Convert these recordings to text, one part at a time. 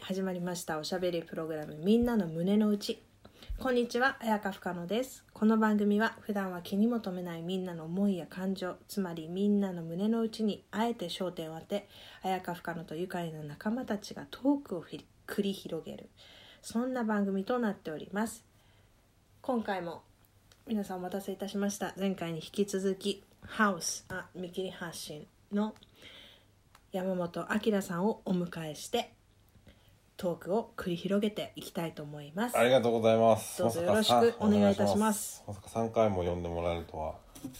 始まりましたおしゃべりプログラムみんなの胸の内こんにちは綾香ふかのですこの番組は普段は気にも留めないみんなの思いや感情つまりみんなの胸の内にあえて焦点を当て綾香ふかのと愉快な仲間たちがトークをひ繰り広げるそんな番組となっております今回も皆さんお待たせいたしました前回に引き続きハウスあ見切り発信の山本明さんをお迎えしてトークを繰り広げていきたいと思いますありがとうございます。どうぞまさよかろしくお願いいたします。さか三回も呼んでもらえるとは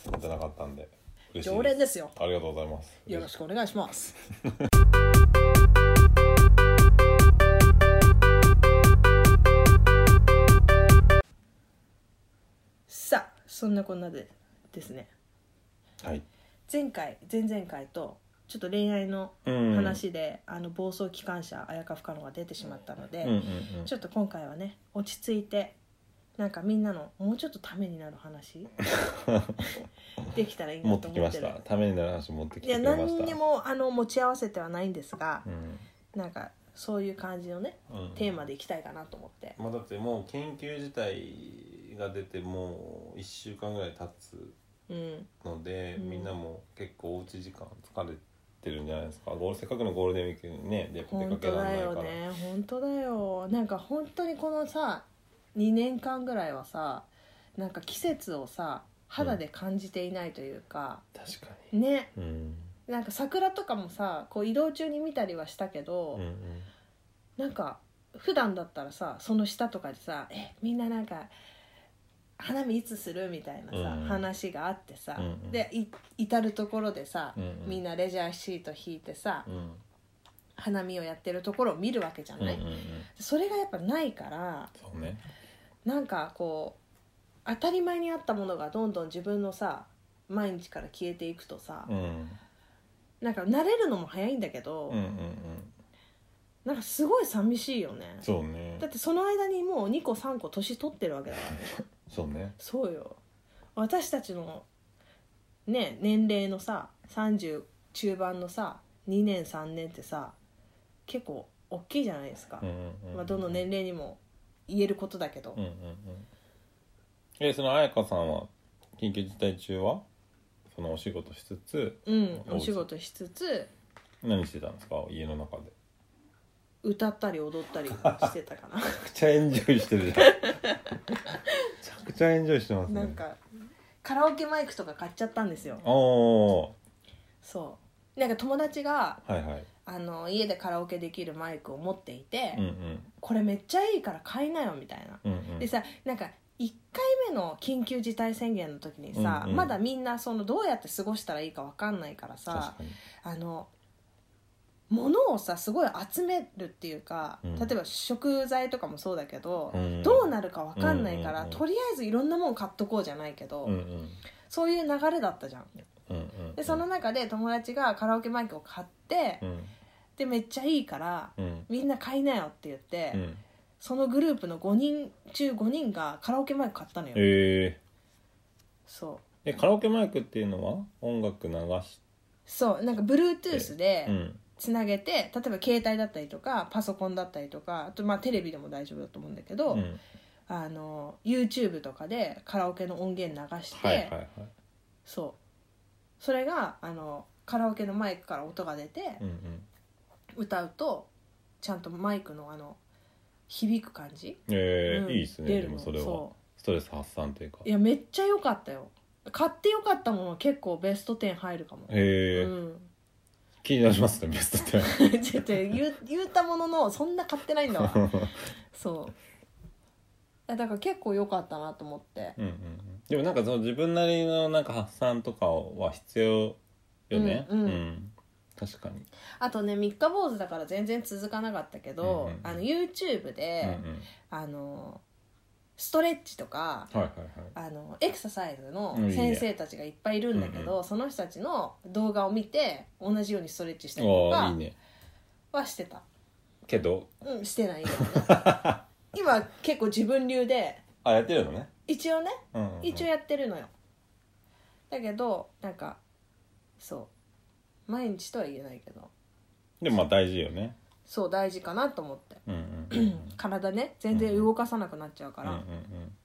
思ってなかったんで。嬉しい常連ですよありがとうございます。よろしくお願いしますさあそんなこんなでですねはい。前回前々回とちょっと恋愛の話で、あの暴走機関車綾香不可能が出てしまったので、うんうんうん。ちょっと今回はね落ち着いてなんかみんなのもうちょっとためになる 話できたらいい持なっとてき思まってしるた。ためになる話持ってきいてやくれました。何にもあの持ち合わせてはないんですがう、ん。なんかそういう感じのねうん。テーマでいきたいかなと思って、まあだってもう緊急事態が出てもう一週間ぐらい経つうん、ので、うんみんなも結構おうち時間疲れてるんじゃないですか。ゴールせっかくのゴールデンウィークにねで出か本け当だられないかよら。ね本当だよなんか本当にこのさ2年間ぐらいはさなんか季節をさ肌で感じていないというか、確かねに。うん。なんか桜とかもさこう移動中に見たりはしたけうど、んうん。なんか普段だったらさその下とかでさ「えみんななんか花見いつする?」みたいなさ、うん話があってさ、うんうんでい至る所でさ、うんうんみんなレジャーシート引いてさ、うん。花見をやってるところを見るわけじゃうんなうい、んうん。それがやっぱないからそうね。なんかこう当たり前にあったものがどんどん自分のさ毎日から消えていくとさ、うん。なんか慣れるのも早いんだけど、うんうんうんなんかすごい寂しいよねそうねだってその間にもう2個3個年取ってるわけだからそうねそうよ私たちのね年齢のさ30中盤のさ2年3年ってさ結構大きいじゃないですか、うんうんうんまあ、どの年齢にも言えることだけど、うんうんうんえその彩香さんは緊急事態中はそのお仕事しつつうん、おうお仕事しつつ何してたんですか家の中でめ歌ったり踊ったりしてたか ちゃくちゃエンジョイしてるじゃんめちゃくちゃエンジョイしてますなねなんかカラオケマイクとか買っちゃったんですよおおそうなんか友達がーはいはいあの家でカラオケできるマイクを持っていて、うんうんこれめっちゃいいから買いなよみたいなうんうでんさなんか1回目の緊急事態宣言の時にさ、うんうんまだみんなそのどうやって過ごしたらいいか分かんないからさ確かにあの物をさすごい集めるっていうか、うん例えば食材とかもそうだけど、うんどうなるか分かんないから、うんうんうんとりあえずいろんなもん買っとこうじゃないけど、うんうんそういう流れだったじゃん。うんうんでその中で友達がカラオケマイクを買って、うんでめっちゃいいからうんみんな買いなよって言って、うんそのグループの5人中5人がカラオケマイク買ったのよ。えーそうえカラオケマイクっていうのは音楽流しそうなんか Bluetooth てでうんつなげて、例えば携帯だったりとかパソコンだったりとかあとまあテレビでも大丈夫だと思うんだけど、うんあの YouTube とかでカラオケの音源流して、はいはいはいそうそれがあのカラオケのマイクから音が出てうんうん歌うとちゃんとマイクのあの響く感じ、えーうんいいです出ねるでのもそれはそストレス発散というかういやめっちゃ良かったよ買って良かったもの結構ベスト10入るかも、へえ、うん 気になりますねベストってちょっと言う言うたもののそんな買ってないん だわそうあだから結構良かったなと思ってうんうんうんでもなんかその自分なりのなんか発散とかは必要よねうんうん確かに、あとね三日坊主だから全然続かなかったけど、うんうんあの YouTube で、うんうんあのストレッチとかはいはいあのエクササイズのうんいいね先生たちがいっぱいいるんだけど、うんその人たちの動画を見て同じようにストレッチしたりとはいああいいかねはしてたけどうんしてないよ、ね、 今結構自分流であやってるのね、一応ねうんうんうん一応やってるのよだけどなんかそう毎日とは言えないけどでもまあ大事よねそう大事かなと思ってうんうんうんうん体ね全然動かさなくなっちゃうから、うんうん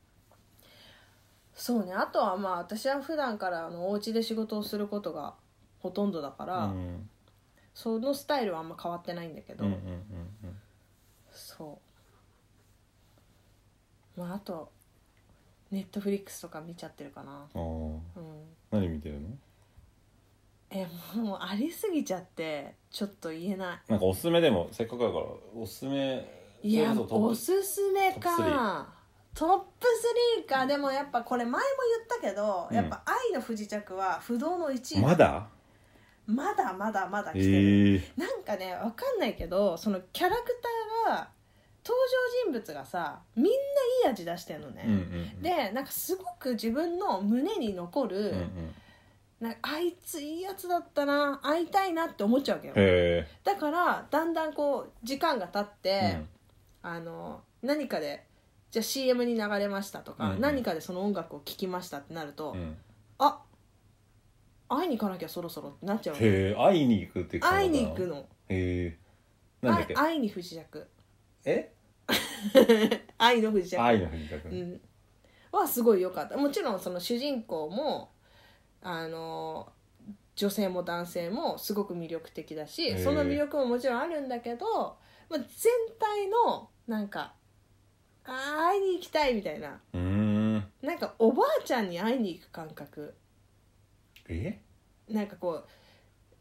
そうねあとはまあ私は普段からあのお家で仕事をすることがほとんどだから、うんうんそのスタイルはあんま変わってないんだけど、うんうんうんそうまああとネットフリックスとか見ちゃってるかなうんあうんあ何見てるのえもうありすぎちゃってちょっと言えななんかおすすめでもせっかくだからおすすめいいやそれこそトップおすすめかトップ3かでもやっぱこれ前も言ったけど、うんやっぱ「愛の不時着」は不動の1位まだまだまだまだ来てる、ええなんかねわかんないけどそのキャラクターが登場人物がさみんないい味出してんのうんうね、んでなんかすごく自分の胸に残る、うんうんなんかあいついいやつだったな会いたいなって思っちゃうわけよへだからだんだんこう時間が経っえて、あの何かでじゃあ CM に流れましたとか、うんうん何かでその音楽を聴きましたってなると、うんうんあ会いに行かなきゃそろそろってなっちゃうわけへえ会いに行くっていう考え方会いに行くのへえなんだっあけ愛に不時着え愛の不時着愛の不時着うん、はすごい良かったもちろんその主人公もあの女性も男性もすごく魅力的だへしえその魅力ももちろんあるんだけど、まあ、全体のなんかあー会いに行きたいみたいなうーんなんかおばあちゃんに会いに行く感覚えなんかこう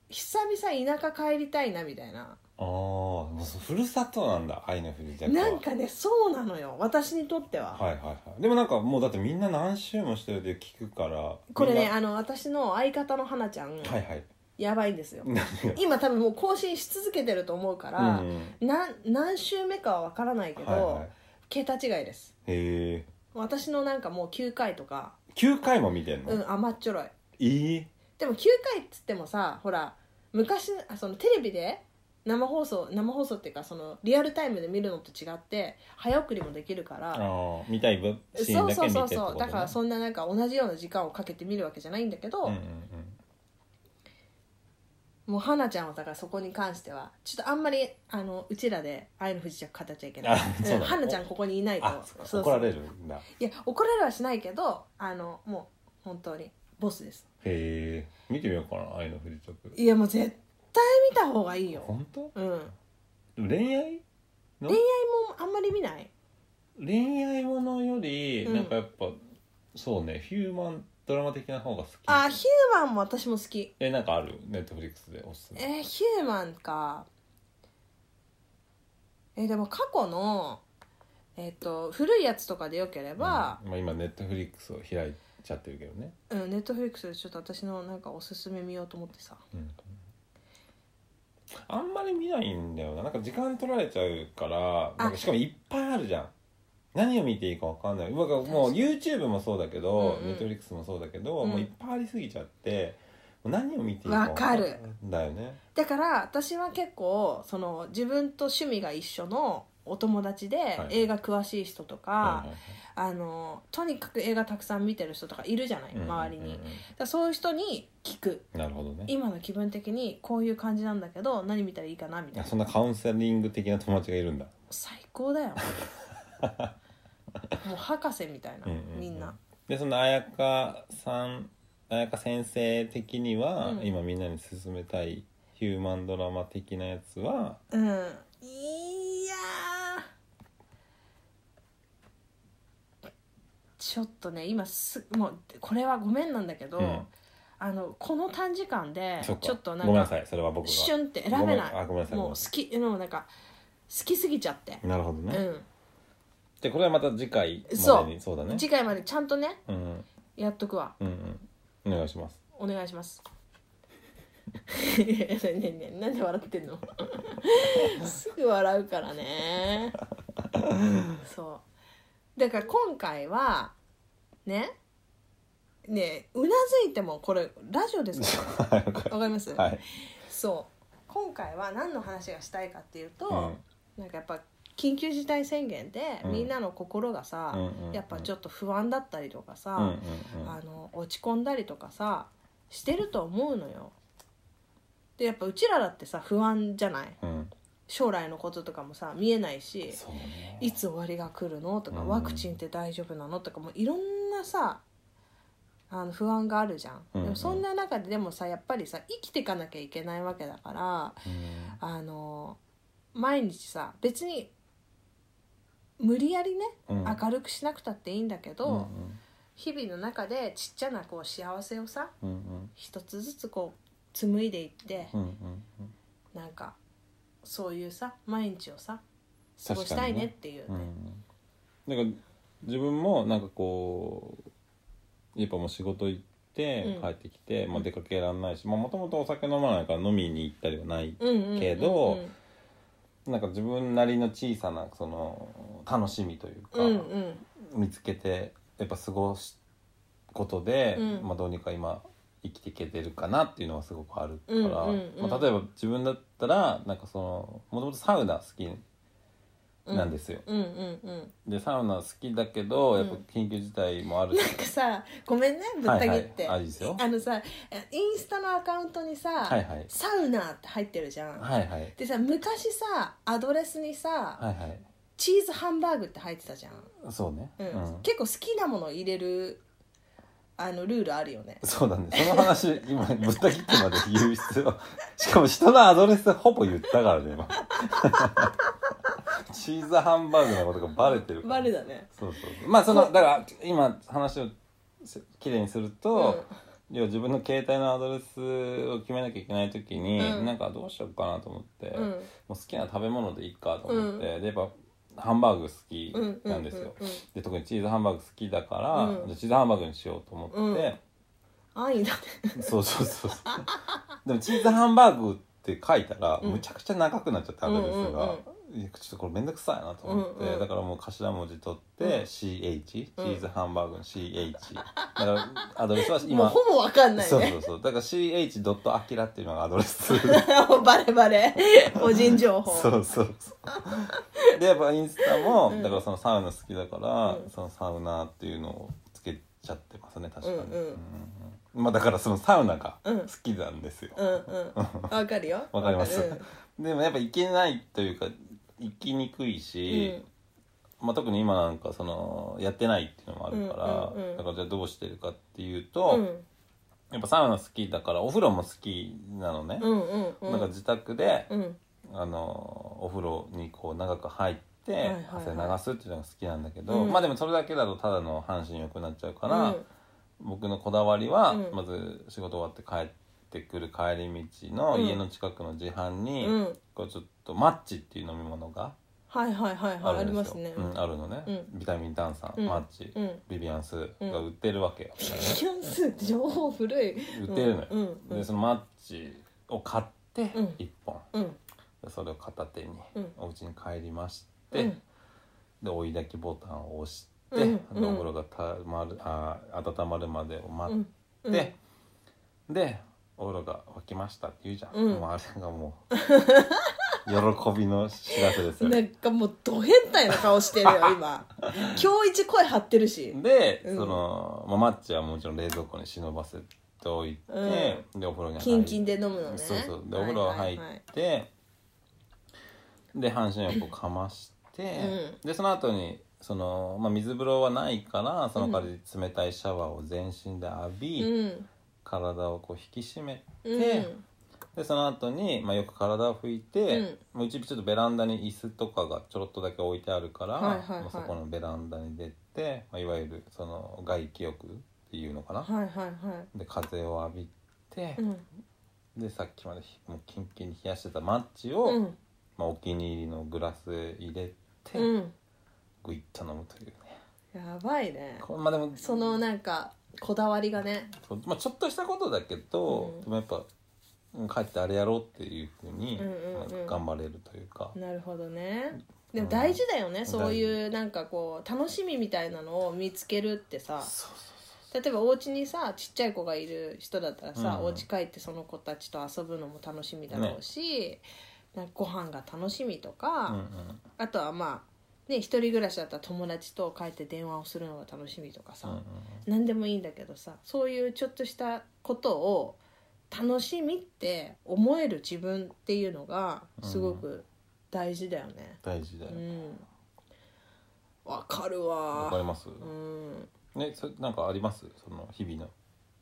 久々田舎帰りたいなみたいなああもうふるさとなんだ愛の不時着はなんかねそうなのよ私にとっては、はいはいはいでもなんかもうだってみんな何周もしてるで聞くからこれみんねなあの私の相方の花ちゃん、はいはいやばいんですよ何が今多分もう更新し続けてると思うから、うんうんなん何週目かは分からないけど、はいはい桁違いですへえ私のなんかもう9回とか9回も見てんの、うん甘っちょろいいいでも9回っつってもさほら昔あそのテレビで生放送生放送っていうかそのリアルタイムで見るのと違って早送りもできるからああ見たい分シーそンうだけそう見てそうそうってこと、ね、だからそんななんか同じような時間をかけて見るわけじゃないんだけど、うんうんもう花ちゃんはだからそこに関してはちょっとあんまりあのうちらで愛の不時着語っちゃいけないあそうなの花ちゃんここにいなういんとあそっかそうそう怒られるんだへいや怒られはしないけどあのもう本当にボスですえ見てみようかな愛の不時着いやもう絶対見た方がいいよ本当うんでも恋愛の恋愛もあんまり見ない恋愛ものよりうんなんかやっぱ、そうねヒューマンドラマ的な方が好きあヒューマンも私も好きえなんかあるネットフリックスでおすすめえーヒューマンかえーでも過去のえっ、と古いやつとかでよければ、うんまあ、今ネットフリックスを開いちゃってるけどね、うん、ネットフリックスでちょっと私のなんかおすすめ見ようと思ってさうん、あんまり見ないんだよななんか時間取られちゃうからなんかしかもいっぱいあるじゃん何を見ていいかわかんない僕はもう確 YouTube もそうだけど、うんうん Netflix もそうだけど、うんもういっぱいありすぎちゃってもう何を見ていいかわんないんだよねだから私は結構その自分と趣味が一緒のお友達でい映画詳しい人とか、はあのとにかく映画たくさん見てる人とかいるじゃない、いはい周りに、うんだうんかうんらそういう人に聞くうんなるほどね今の気分的にこういう感じなんだけど何見たらいいかなみたいあなそんなカウンセリング的な友達がいるんだ最高だよ もう博士みたいな、うんうんうんみんなでその綾香さん綾香先生的には、うん今みんなに勧めたいヒューマンドラマ的なやつはうんいやーちょっとね今すもうこれはごめんなんだけど、うんあのこの短時間でそっかちょっとなごめんんなかさいそれは僕がシュンって選べないごめんあごめんなさいもう好きでもなんか好きすぎちゃって、なるほどうね、ん、でこれはまた次回そまうでにそうだね次回までちゃんとねうんうんやっとくわうんお願いしますお願いします ねえねえなんで笑ってんの すぐ笑うからねそうだから今回はねねえうなずいてもこれラジオですか はいわからわかります、んはいそう今回は何の話がしたいかっていうと、うんなんかやっぱ緊急事態宣言でうんみんなの心がさ、うんうんうんやっぱちょっと不安だったりとかうんうんさ、うんあの落ち込んだりとかさしてると思うのよ。でやっぱうちらだってさ不安じゃないうん将来のこととかもさ見えないしそうねいつ終わりが来るのとかうんワクチンって大丈夫なのとかもういろんなさあの不安があるじゃん、うんうんでもそんな中ででもさやっぱりさ生きていかなきゃいけないわけだからうんあの毎日さ別に無理やりねうん明るくしなくたっていいんだけど、うん日々の中でちっちゃなこう幸せをさうんうん一つずつこう紡いでいって、うんうんうんなんかそういうさ毎日をさ過ご確しかたいにねっねていううねんだから自分もなんかこうやっぱもう仕事行ってうん帰ってきて、まあ、出かけられないしもともとお酒飲まないから飲みに行ったりはないうんうんうんうんけどなんか自分なりの小さなその楽しみというか、うんうん見つけてやっぱ過ごすことで、うんまあ、どうにか今生きていけてるかなっていうのはすごくあるから、うんうんうんまあ、例えば自分だったらなんかそのもともとサウナ好きうんなんですよ、うんうんうんでサウナ好きだけどやっぱ緊急事態もあるし、なんかさごめんねぶった切って、はいはいあいいですよあのさインスタのアカウントにさ、はいはいサウナって入ってるじゃん、はいはいでさ昔さアドレスにさ、はいはいチーズハンバーグって入ってたじゃん、そうね、うんうん結構好きなもの入れるあのルールあるよねそうだねその話 今ぶった切ってまで言う必要 しかも人のアドレスほぼ言ったからね今 チーズハンバーグのことがバレてるからバレだねそうそうそうまあそのだから今話をせきれいにすると、要は自分の携帯のアドレスを決めなきゃいけない時に、うんなんかどうしようかなと思って、うんもう好きな食べ物でいいかと思って、でやっぱハンバーグ好きうんなんですよ、うんうんうんで特にチーズハンバーグ好きだから、うんじゃあチーズハンバーグにしようと思って、安易だねそうそうそうそうでもチーズハンバーグって書いたら、うんむちゃくちゃ長くなっちゃってアドレスが、うんうんいやちょっとこれめんどくさいなと思って、うんうんだからもう頭文字取って、うん CH チうんーズハンバーグの CH だからアドレスはもう今ほぼわかんないそうねそうそうだから CH. アキラっていうのがアドレス バレバ レ個人情報そうそうそうでやっぱインスタも、うんだからそのサウナ好きだから、うんそのサウナっていうのをつけちゃってますね確かに、うんうんうんまあだからそのサウナがうん好きなんですよ、うんうんわかるよわかりますわかるでもやっぱ行けないというか行きにくいし、まあ、特に今なんかそのやってないっていうのもあるから、うんうんうんだからじゃあどうしてるかっていううと、んうんやっぱサウナ好きだからお風呂も好きなのね、うんうんうんなんか自宅で、うんあのお風呂にこう長く入って。いはい汗流すっていうのが好きなんだけど、うんまあでもそれだけだとただの半身良くなっちゃうから、うん僕のこだわりは、うんまず仕事終わって帰ってくる帰り道のうん家の近くの自販に、うんこうちょっとマッチっていう飲み物がはいはいはいはいあありるんでますすよ、ねうんあるのね、うビタミン炭酸、うんマッチ、うんビビアンスが売ってるわけよ、キャンスって情報古い売ってるのよ、うんうんでそのマッチを買ってうん1本、うんでそれを片手にうんお家に帰りまして、うんで追い焚きボタンを押して、うんでお風呂がたまるあー温まるまでを待って、うんでお風呂が沸きましたって言うじゃん、うんもうあれがもう 喜びの知らせですよなんかもうド変態な顔してるよ今 今日一声張ってるしで、うんその、まあ、マッチはもちろん冷蔵庫に忍ばせておいて、うでお風呂に入ってキンキンで飲むのねそうそうでお風呂入って、はいはいはいで半身浴をかまして、でその後にそのまあ、水風呂はないからその代わり冷たいシャワーを全身で浴び、うん体をこう引き締めて、うんでその後にまあ、よく体を拭いて、ううちちょっとベランダに椅子とかがちょろっとだけ置いてあるから、はいはいはいまあそこのベランダに出て、まあ、いわゆるその外気浴っていうのかな、はいはいはで風を浴びてい、うんでさっきまでひもうキンキンに冷やしてたマッチを、うんまあ、お気に入りのグラスへ入れて、うんグイッと飲むというねやばいねこまあでもそのなんかこだわりがねそうまあ、ちょっとしたことだけど、うんでもやっぱうん帰ってあれやろうっていうふうに、うんうんうんまあ頑張れるというか、なるほどねでも大事だよね、そういうなんかこう楽しみみたいなのを見つけるってさそうそう例えばお家にさちっちゃい子がいる人だったらさ、うんお家帰ってその子たちと遊ぶのも楽しみだろうし、なんかご飯が楽しみとか、そう、うんあとはまあね一人暮らしだったら友達と帰って電話をするのが楽しみとかさ、うんうん何でもいいんだけどさそういうちょっとしたことを楽しみって思える自分っていうのがすごく大事だよね大事だようんわかるわかりわますうんねそれなんかありますその日々の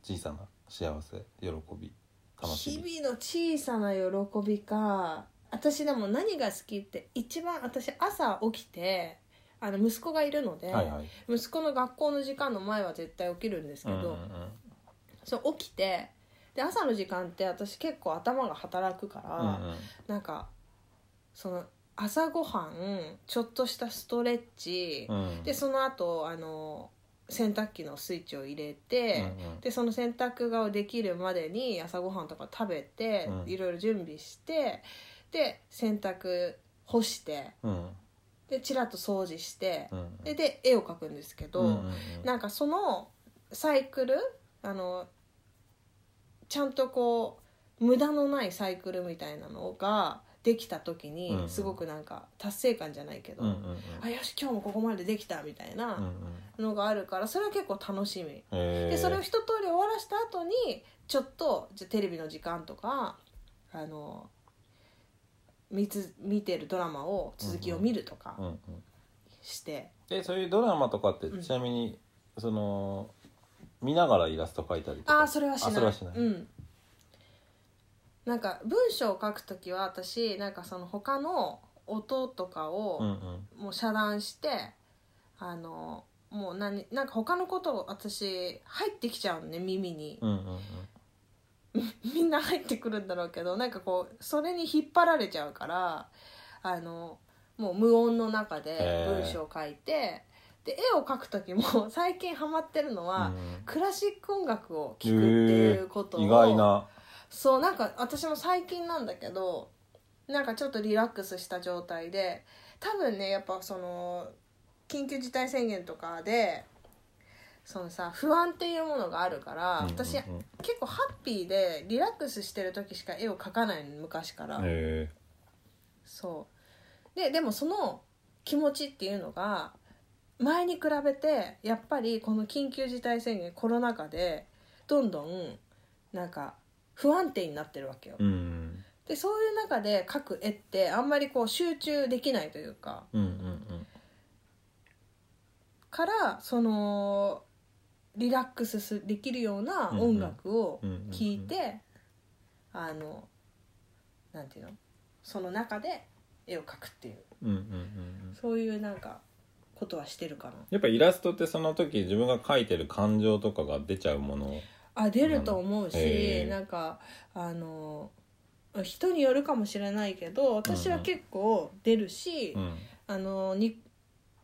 小さな幸せ喜び楽しみ日々の小さな喜びか私でも何が好きって一番私朝起きてあの息子がいるので、はいはい息子の学校の時間の前は絶対起きるんですけうんうんど、そう起きてで朝の時間って私結構頭が働くから、うんうんなんかその朝ごはんちょっとしたストレッチ、うんでその後あの洗濯機のスイッチを入れて、うんうんでその洗濯ができるまでに朝ごはんとか食べて、うんいろいろ準備してで洗濯干してうんでちらっと掃除してう、んでで絵を描くんですけど、うんうんうんなんかそのサイクルあのちゃんとこう無駄のないサイクルみたいなのができた時に、うんうんすごくなんか達成感じゃないけど、うんうんうんあよし今日もここまでできたみたいうんうなんのがあるからそれは結構楽しみ。へーでそれを一通り終わらした後にちょっとじゃあテレビの時間とかあの見つ見てるドラマを続きを見るとかうんうんして、でそういうドラマとかってうんちなみにその見ながらイラスト描いたりとかあーそれはしないあそれはしないうんなんか文章を書くときは私なんかその他の音とかうんをもう遮断して、あのもう何なんか他のことを私入ってきちゃうのね耳に、うんうんうんうんみんな入ってくるんだろうけどなんかこうそれに引っ張られちゃうからあのもう無音の中でへー文章を書いてで絵を描く時も最近ハマってるのは、うんクラシック音楽を聴くっていうことを、意外なそうなんか私も最近なんだけどなんかちょっとリラックスした状態で多分ねやっぱその緊急事態宣言とかでそのさ不安っていうものがあるから、私うんうんうん結構ハッピーでリラックスしてる時しか絵を描かないの昔から、へそうででもその気持ちっていうのが前に比べてやっぱりこの緊急事態宣言コロナ禍でどんどんなんか不安定になってるわけよ、ーうんでそういう中で描く絵ってあんまりこう集中できないというかうんうんうんからそのリラックスすできるような音楽をうんうん聴いてあのなんていうのその中で絵を描くっていううんうんうんうんそういうなんかことはしてるかなやっぱイラストってその時自分が描いてる感情とかが出ちゃうものあ出ると思うし、うんへーなんかあの人によるかもしれないけど私は結構出るし、うんあのに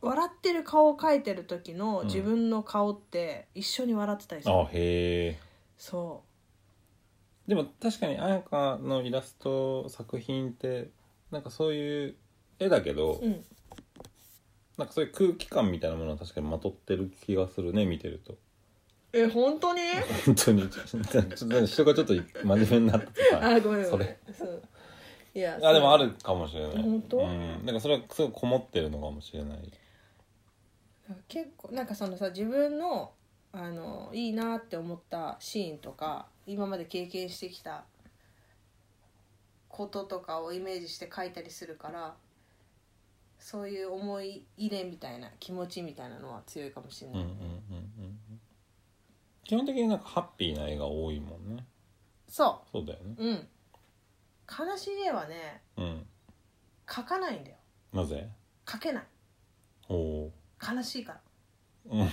笑ってる顔を描いてる時のうん自分の顔って一緒に笑ってたりする、あへえそでも確かに彩香のイラスト作品ってなんかそういう絵だけど、ううんなんかそういう空気感みたいなものは確かにまとってる気がするね見てるとえ本当に本当にちょちょっと人がちょっと真面目になってたあごめんごそめんれそういやあでもあるるかもしれない本当うん、なんかそれはすごいこもってるのかもしれない結構なんかそのさ自分のあのいいなって思ったシーンとか今まで経験してきたこととかをイメージして書いたりするからそういう思い入れみたいな気持ちみたいなのは強いかもしれうんなうい、んうんうん基本的になんかハッピーな絵が多いもんねそそうだよねううん悲しい絵はねうん書かないんだよなぜ書けないおお悲しいからー うん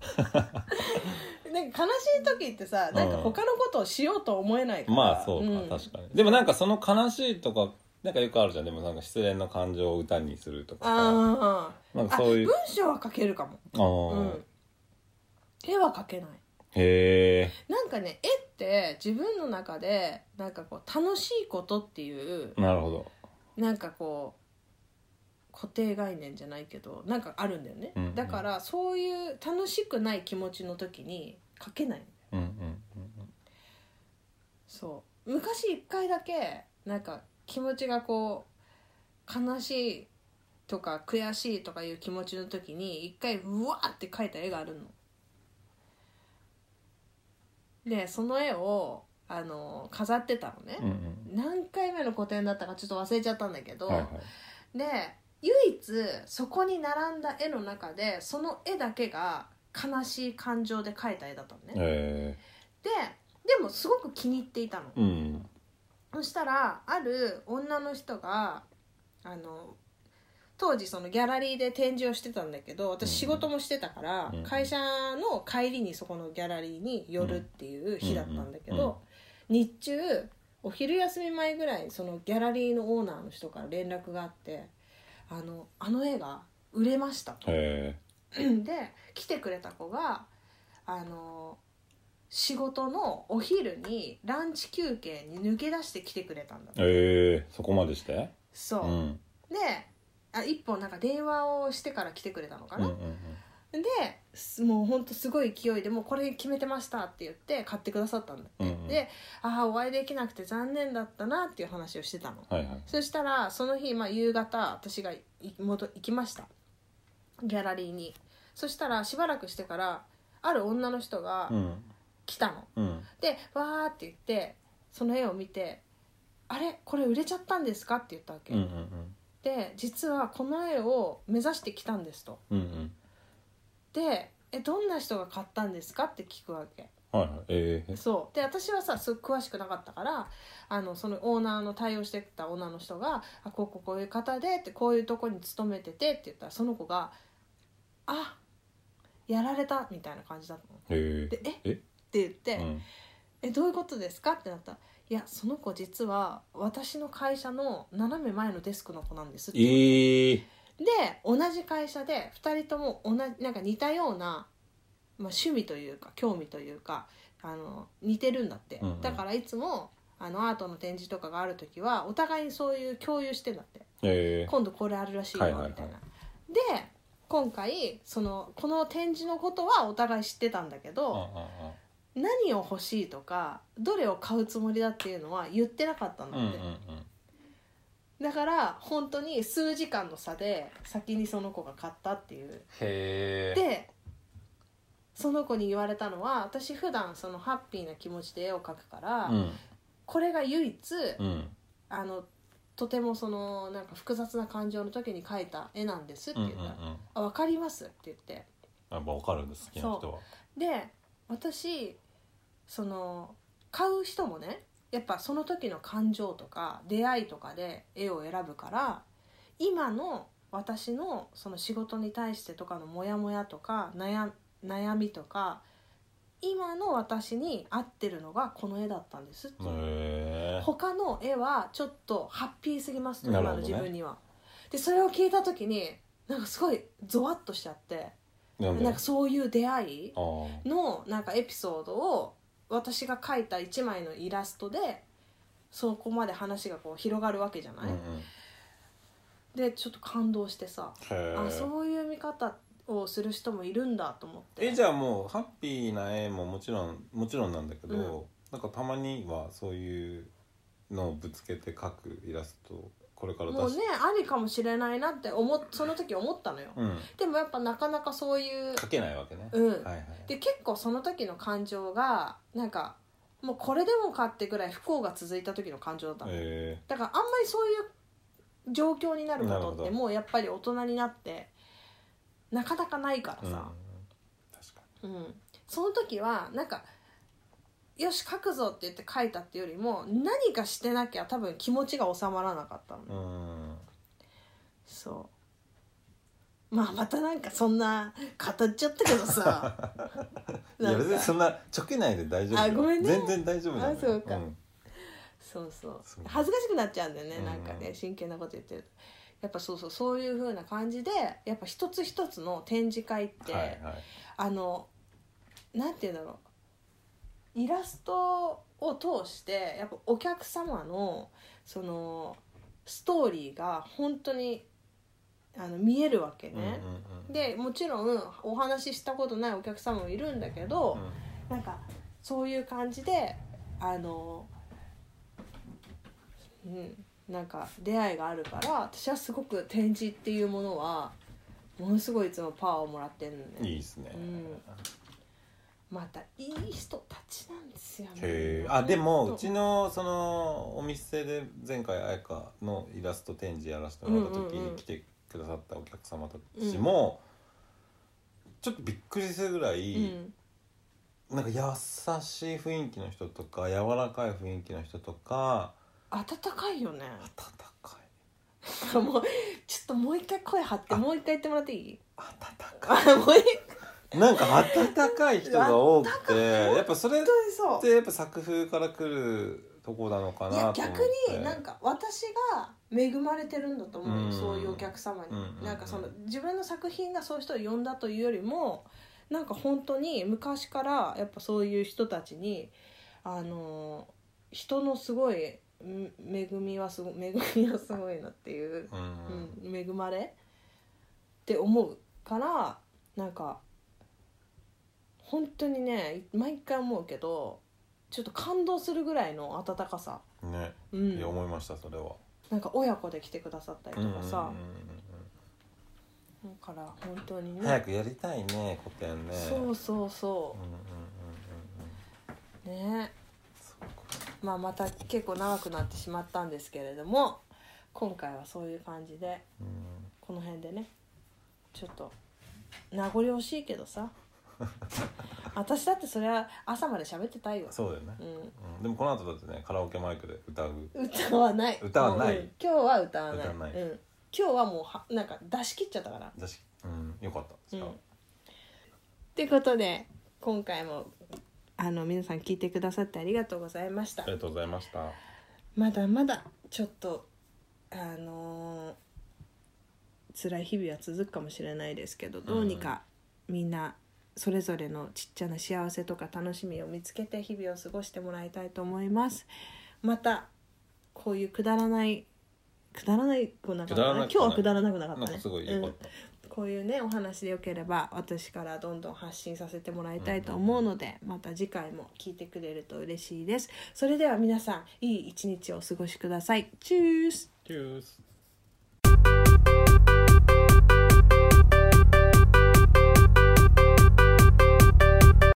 なんか悲しい時ってさなんか他のことをしようと思えないからまあそうか、ん確かにでもなんかその悲しいとかなんかよくあるじゃんでもなんか失恋の感情を歌にするとかさあなんーかあそういう文章は書けるかもああ、うん、絵は描けないへえなんかね絵って自分の中でなんかこう楽しいことっていうなるほどなんかこう固定概念じゃないけどなんかあるんだよね、うんうんだからそういう楽しくない気持ちの時に描けないうんうんうんそう昔一回だけなんか気持ちがこう悲しいとか悔しいとかいう気持ちの時に一回うわーって描いた絵があるの。でその絵をあの飾ってたのね、うんうん何回目の個展だったかちょっと忘れちゃったんだけど、はいはいで唯一そこに並んだ絵の中でその絵だけが悲しい感情で描いた絵だったのね、えででもすごく気に入っていたの、ーうんそしたらある女の人があの当時そのギャラリーで展示をしてたんだけど私うん仕事もしてたから、うん会社の帰りにそこのギャラリーに寄るっていう日だったんだけど、うんうんうん日中お昼休み前ぐらいそのギャラリーのオーナーの人から連絡があって「あのあの絵が売れました」え で来てくれた子があの仕事のお昼にランチ休憩に抜け出して来てくれたんだー、えー、そこまでしてそう、うんであ一本なんか電話をしてから来てくれたのかうんうな、んうんですもうほんとすごい勢いでもうこれ決めてましたって言って買ってくださったんだって、うんうんでああお会いできなくて残念だったなっていう話をしてたのはいはいそしたらその日、まあ、夕方私がい戻行きましたギャラリーにそしたらしばらくしてからある女の人がうん来たの、うんでわーって言ってその絵を見て「あれこれ売れちゃったんですか?」って言ったわけ、うんうんで実はこの絵を目指してきたんですとうんうんでえどんな人が買ったんですかって聞くわけはいはいえー、そうで私はさすごい詳しくなかったからあのそのオーナーの対応してたオーナーの人が「あこうこうこういう方で」ってこういうとこに勤めててって言ったらその子が「あやられた」みたいな感じだったの。えでー、 「えっ?」えて言って「うんえどういうことですか?」ってなったら「いやその子実は私の会社の斜め前のデスクの子なんです」ってえー、で同じ会社で2人とも同じなんか似たような、まあ、趣味というか興味というかあの似てるんだって、うんうんだからいつもあのアートの展示とかがある時はお互いにそういう共有してんだってえー、今度これあるらしいよはみいたいはいな、はいで今回そのこの展示のことはお互い知ってたんだけうんうんど、何を欲しいとかどれを買うつもりだっていうのは言ってなかったんだうんうんって、だから本当に数時間の差で先にその子が買ったっていうへーでその子に言われたのは私普段そのハッピーな気持ちで絵を描くから、うんこれが唯一、うんあのとてもそのなんか複雑な感情の時に描いた絵なんですってうんう言んうったら「んあ分かります」って言ってやっぱわかるんです好きな人はで私その買う人もねやっぱその時の感情とか出会いとかで絵を選ぶから今の私のその仕事に対してとかのモヤモヤとか悩悩みとか今の私に合ってるのがこの絵だったんですっていうへー他の絵はちょっとハッピーすぎますとな今るほのどね自分には。でそれを聞いた時になんかすごいゾワッとしちゃってなんでなんかそういう出会いあーのなんかエピソードを私が描いた一枚のイラストでそこまで話がこう広がるわけじゃうなんい、うんでちょっと感動してさへーあそういう見方をする人もいるんだと思ってえじゃあもうハッピーな絵ももちろんもちろんなんだけど、なんかたまにはそういうのをぶつけて描くイラストをこれからも出うしねありかもしれないなって思っその時思ったのよ、うん、でもやっぱなかなかそういう描けないわけね、うん、はいはいで結構その時の感情がなんかもうこれでもかってぐらい不幸が続いた時の感情だったの、えだからあんまりそういう状況になるこなるとほってどもうやっぱり大人になってなかなかないからーうん、さ、確かうんその時はなんか「よし書くぞ」って言って書いたっていうよりも何かしてなきゃ多分気持ちが収まらなかったの、にうんそうまあまたなんかそんな語っちゃったけどさ いやなん別にそかんなちょけないで大丈夫よあごめんね全然大丈夫なのよあそうかんそうそうそう恥ずかしくなっちゃうんだよねうんなんかね真剣なこと言ってるとやっぱそうそうそういう風な感じでやっぱ一つ一つの展示会って、はいはいあのなんて言うんだろうイラストを通してやっぱお客様のそのストーリーが本当にあの見えるわけね、うんうんうん、でもちろんお話ししたことないお客様もいるんだけど、なんかそういう感じであのうんなんか出会いがあるから私はすごく展示っていうものはものすごいいつもパワーをもらってるのねうん、いいですね、うんまたいい人たちなんですよへえあでもうちののそのお店で前回彩香のイラスト展示やらせてもらった時うんうんうにん来てくださったお客様たちも、ちょっとびっくりするぐらうい、んなんか優しい雰囲気の人とか柔らかい雰囲気の人とか温かいよね温かいもうちょっともう一回声張ってあもう一回言ってもらってい い温あ かもう一いなんか温かい人が 多くてやっぱそれっ回そうてやっぱ作風から来るとこなのかいやなと思っ逆てになんか私が恵まれてるんだと思うよ、うんそういうお客様に、うんうんうんなんかその自分の作品がそういう人を呼んだというよりもなんか本当に昔からやっぱそういう人たちにあの人のすごいうん恵みはすご恵みはすごいなっていう、うんうん、恵まれって思うからなんか本当にね毎回思うけどちょっと感動するぐらいの温かさね、ういんや、思いましたそれは。なんか親子で来てくださったりとかさ、うんうんうんうんだから本当にね早くやりたいね古典ねそうそうそうんうんうんうんうんうねそうかまあまた結構長くなってしまったんですけれども今回はそういう感じでうんこの辺でねちょっと名残惜しいけど さ私だってそれは朝まで喋ってたいよ、そうだよね、う、うん、でもこの後だってねカラオケマイクで歌うん歌はない歌はないもううん今日は歌わない歌わないうん、今日はもうはなんか出し切っちゃったからだし、うん、よかっうたんしかもってことで今回もあの皆さん聞いてくださってありがとうございましあたりがとうございましたまだまだちょっとあのー辛い日々は続くかもしれないですけどどうにかみんなそれぞれのちっちゃな幸せとか楽しみを見つけて日々を過ごしてもらいたいと思いますまたこういうくだらないくだらないくなかったくだらなな今く日はくだらなくなかったなんねかすごいよかった、こういうねお話でよければ私からどんどん発信させてもらいたいと思うので、また次回も聞いてくれると嬉しいですそれでは皆さんいい一日をお過ごしくださいチュースチュース